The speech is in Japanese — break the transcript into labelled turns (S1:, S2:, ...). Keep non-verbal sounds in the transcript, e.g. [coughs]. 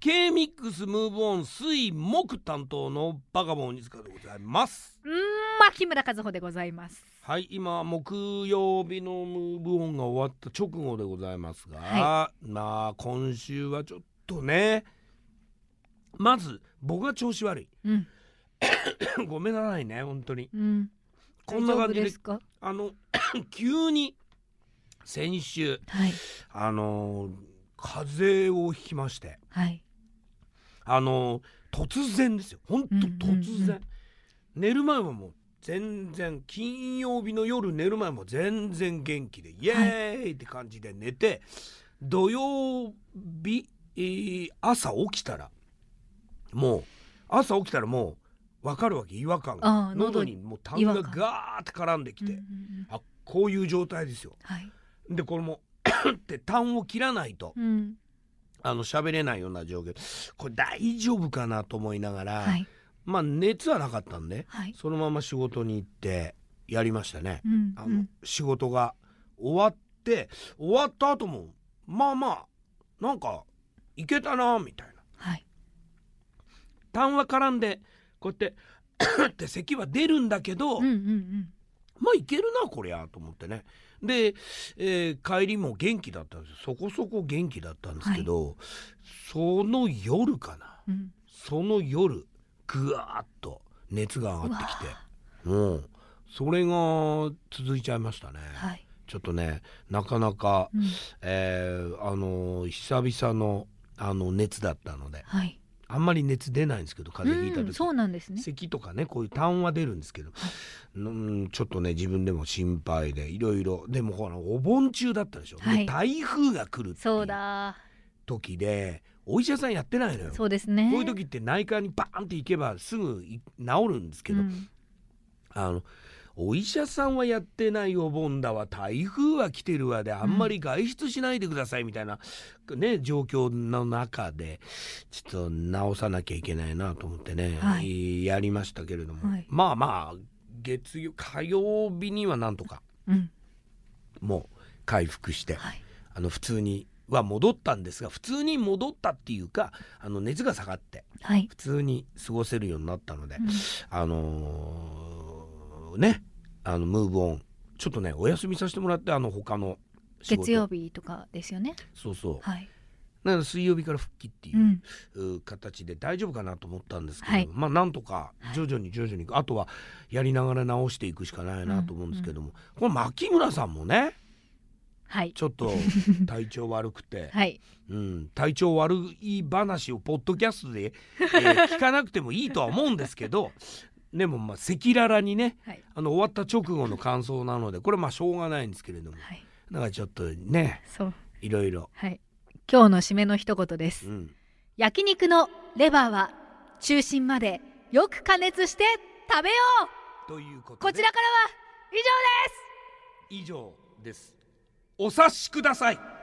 S1: K-MIX ムーブオン水木担当のバカボン鬼塚でございます
S2: うーんまあ木村和穂でございます
S1: はい今木曜日のムーブオンが終わった直後でございますが、
S2: は
S1: まあ今週はちょっとねまず僕が調子悪い [laughs]
S2: うん
S1: ごめんなさいね本当に
S2: うん
S1: こんな感じ
S2: 大丈夫
S1: で
S2: ですか
S1: あの [coughs] 急に先週
S2: はい
S1: あの風邪をひきまして
S2: はい
S1: あの突然ですよ本当
S2: うんうんうん
S1: 突然、寝る前はもう全然金曜日の夜寝る前も全然元気でイエーイって感じで寝て、土曜日、えー朝起きたらもう朝起きたらもう分かるわけ違和感
S2: あ
S1: が
S2: あ
S1: 喉
S2: 喉
S1: に
S2: に
S1: もう痰が
S2: 違和感
S1: ガーって絡んできて、
S2: うんうんうん
S1: あこういう状態ですよ
S2: はい
S1: でこれも [coughs] って痰を切らないと
S2: うん
S1: あの喋れないような状況これ大丈夫かなと思いながら、
S2: はい
S1: まあ熱はなかったんで
S2: はい
S1: そのまま仕事に行ってやりましたね
S2: う。ん
S1: あ
S2: う
S1: の、
S2: ん
S1: 仕事が終わって終わった後もまあまあなんかいけたなみたいな
S2: はい
S1: 痰は絡んでこうやって [coughs] って咳は出るんだけど、
S2: うんうんうん
S1: まあいけるなこりゃと思ってねで、えー帰りも元気だったんですよそこそこ元気だったんですけど、その夜かな
S2: うん
S1: その夜ぐわーっと熱が上がってきてうんそれが続いちゃいましたね、
S2: はい
S1: ちょっとねなかなか、
S2: うん
S1: えーあの久々のあの熱だったので
S2: はい
S1: あんまり熱出ないんですけど風邪ひいた
S2: う
S1: 時、
S2: んそうなんですね
S1: 咳とかねこういう痰は出るんですけど、うん、ちょっとね自分でも心配でいろいろでもほらお盆中だったでしょ、で
S2: はい
S1: 台風が来るってい
S2: そう
S1: う
S2: だ
S1: 時でお医者さんやってないのよ
S2: そうですね
S1: こういう時って内科にバーンって行けばすぐい治るんですけど、
S2: うん
S1: あのお医者さんはやってないお盆だわ台風は来てるわであんまり外出しないでくださいみたいな、ね、状況の中でちょっと直さなきゃいけないなと思ってね、
S2: はい
S1: いやりましたけれども、
S2: はい
S1: まあまあ月曜火曜日にはなんとか
S2: うん
S1: もう回復して
S2: はい
S1: あの普通には戻ったんですが普通に戻ったっていうかあの熱が下がって
S2: はい
S1: 普通に過ごせるようになったので、
S2: うん
S1: あのーねあのムーブオンちょっとねお休みさせてもらってあの他の仕事
S2: 月曜日とかですよね
S1: そうそう
S2: はい
S1: なので水曜日から復帰っていうう、
S2: ん
S1: う形で大丈夫かなと思ったんですけど、
S2: はい
S1: まあなんとか徐々に徐々にあとはやりながら直していくしかないなと思うんですけども、これ牧村さんもね
S2: はい
S1: ちょっと体調悪く
S2: [laughs]
S1: て、
S2: はい
S1: うん、体調悪い話をポッドキャストで、え
S2: [laughs]
S1: ー聞かなくてもいいとは思うんですけどでもまあ赤裸々にね
S2: はい
S1: あの終わった直後の感想なのでこれまあしょうがないんですけれども
S2: はい
S1: だからちょっとね
S2: そう
S1: いろいろ、
S2: はい今日の締めの一言で
S1: う
S2: す
S1: ん、
S2: 焼肉のレバーは中心までよく加熱して食べよう
S1: ということ
S2: こ
S1: で
S2: ちらからは以上
S1: 以
S2: です
S1: 上ですお察しください